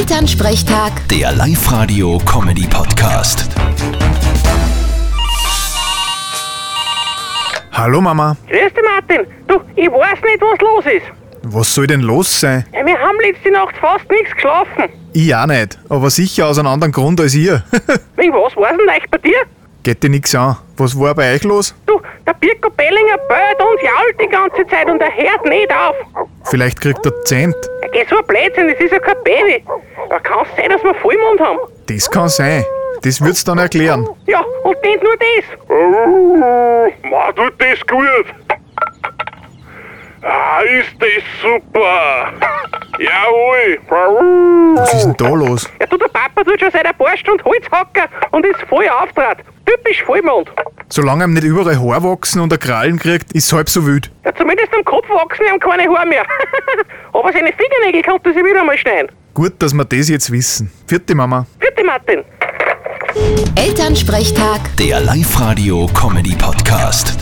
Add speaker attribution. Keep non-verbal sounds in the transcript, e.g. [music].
Speaker 1: Elternsprechtag,
Speaker 2: Der Live-Radio-Comedy-Podcast.
Speaker 3: Hallo Mama,
Speaker 4: Grüß dich, Martin. Du, ich weiß nicht, was los ist.
Speaker 3: was soll denn los sein?
Speaker 4: Ja, Wir haben letzte Nacht fast nichts geschlafen.
Speaker 3: Ich auch nicht, aber sicher aus einem anderen Grund als ihr. [laughs]
Speaker 4: Wegen was war's denn euch bei dir?
Speaker 3: Geht dir nix an. Was war bei euch los?
Speaker 4: Du, der Birko Bellinger bellt und jault die ganze Zeit und er hört nicht auf.
Speaker 3: Vielleicht kriegt er Zent.
Speaker 4: Ja, geh so ein Blödsinn, das ist ja kein Baby. Da kann es sein, dass wir Vollmond haben.
Speaker 3: Das kann sein. Das wird's dann erklären.
Speaker 4: Ja, und nicht nur das.
Speaker 5: Ma, tut das gut. Ah, ist das super. Jawohl.
Speaker 3: Was ist denn da los?
Speaker 4: Ja, du, der Papa tut schon seit ein paar Stunden Holzhacker und ist voll auftrat. Typisch Vollmond.
Speaker 3: Solange ihm nicht überall Haar wachsen und er Krallen kriegt, ist halb so wild.
Speaker 4: Ja, zumindest am Kopf wachsen ihm keine Haare mehr. [laughs] Aber seine Fingernägel konnte sie wieder mal schneiden.
Speaker 3: Gut, dass wir das jetzt wissen. Vierte Mama.
Speaker 4: Bitte, Martin.
Speaker 1: Elternsprechtag.
Speaker 2: Der Live-Radio-Comedy-Podcast.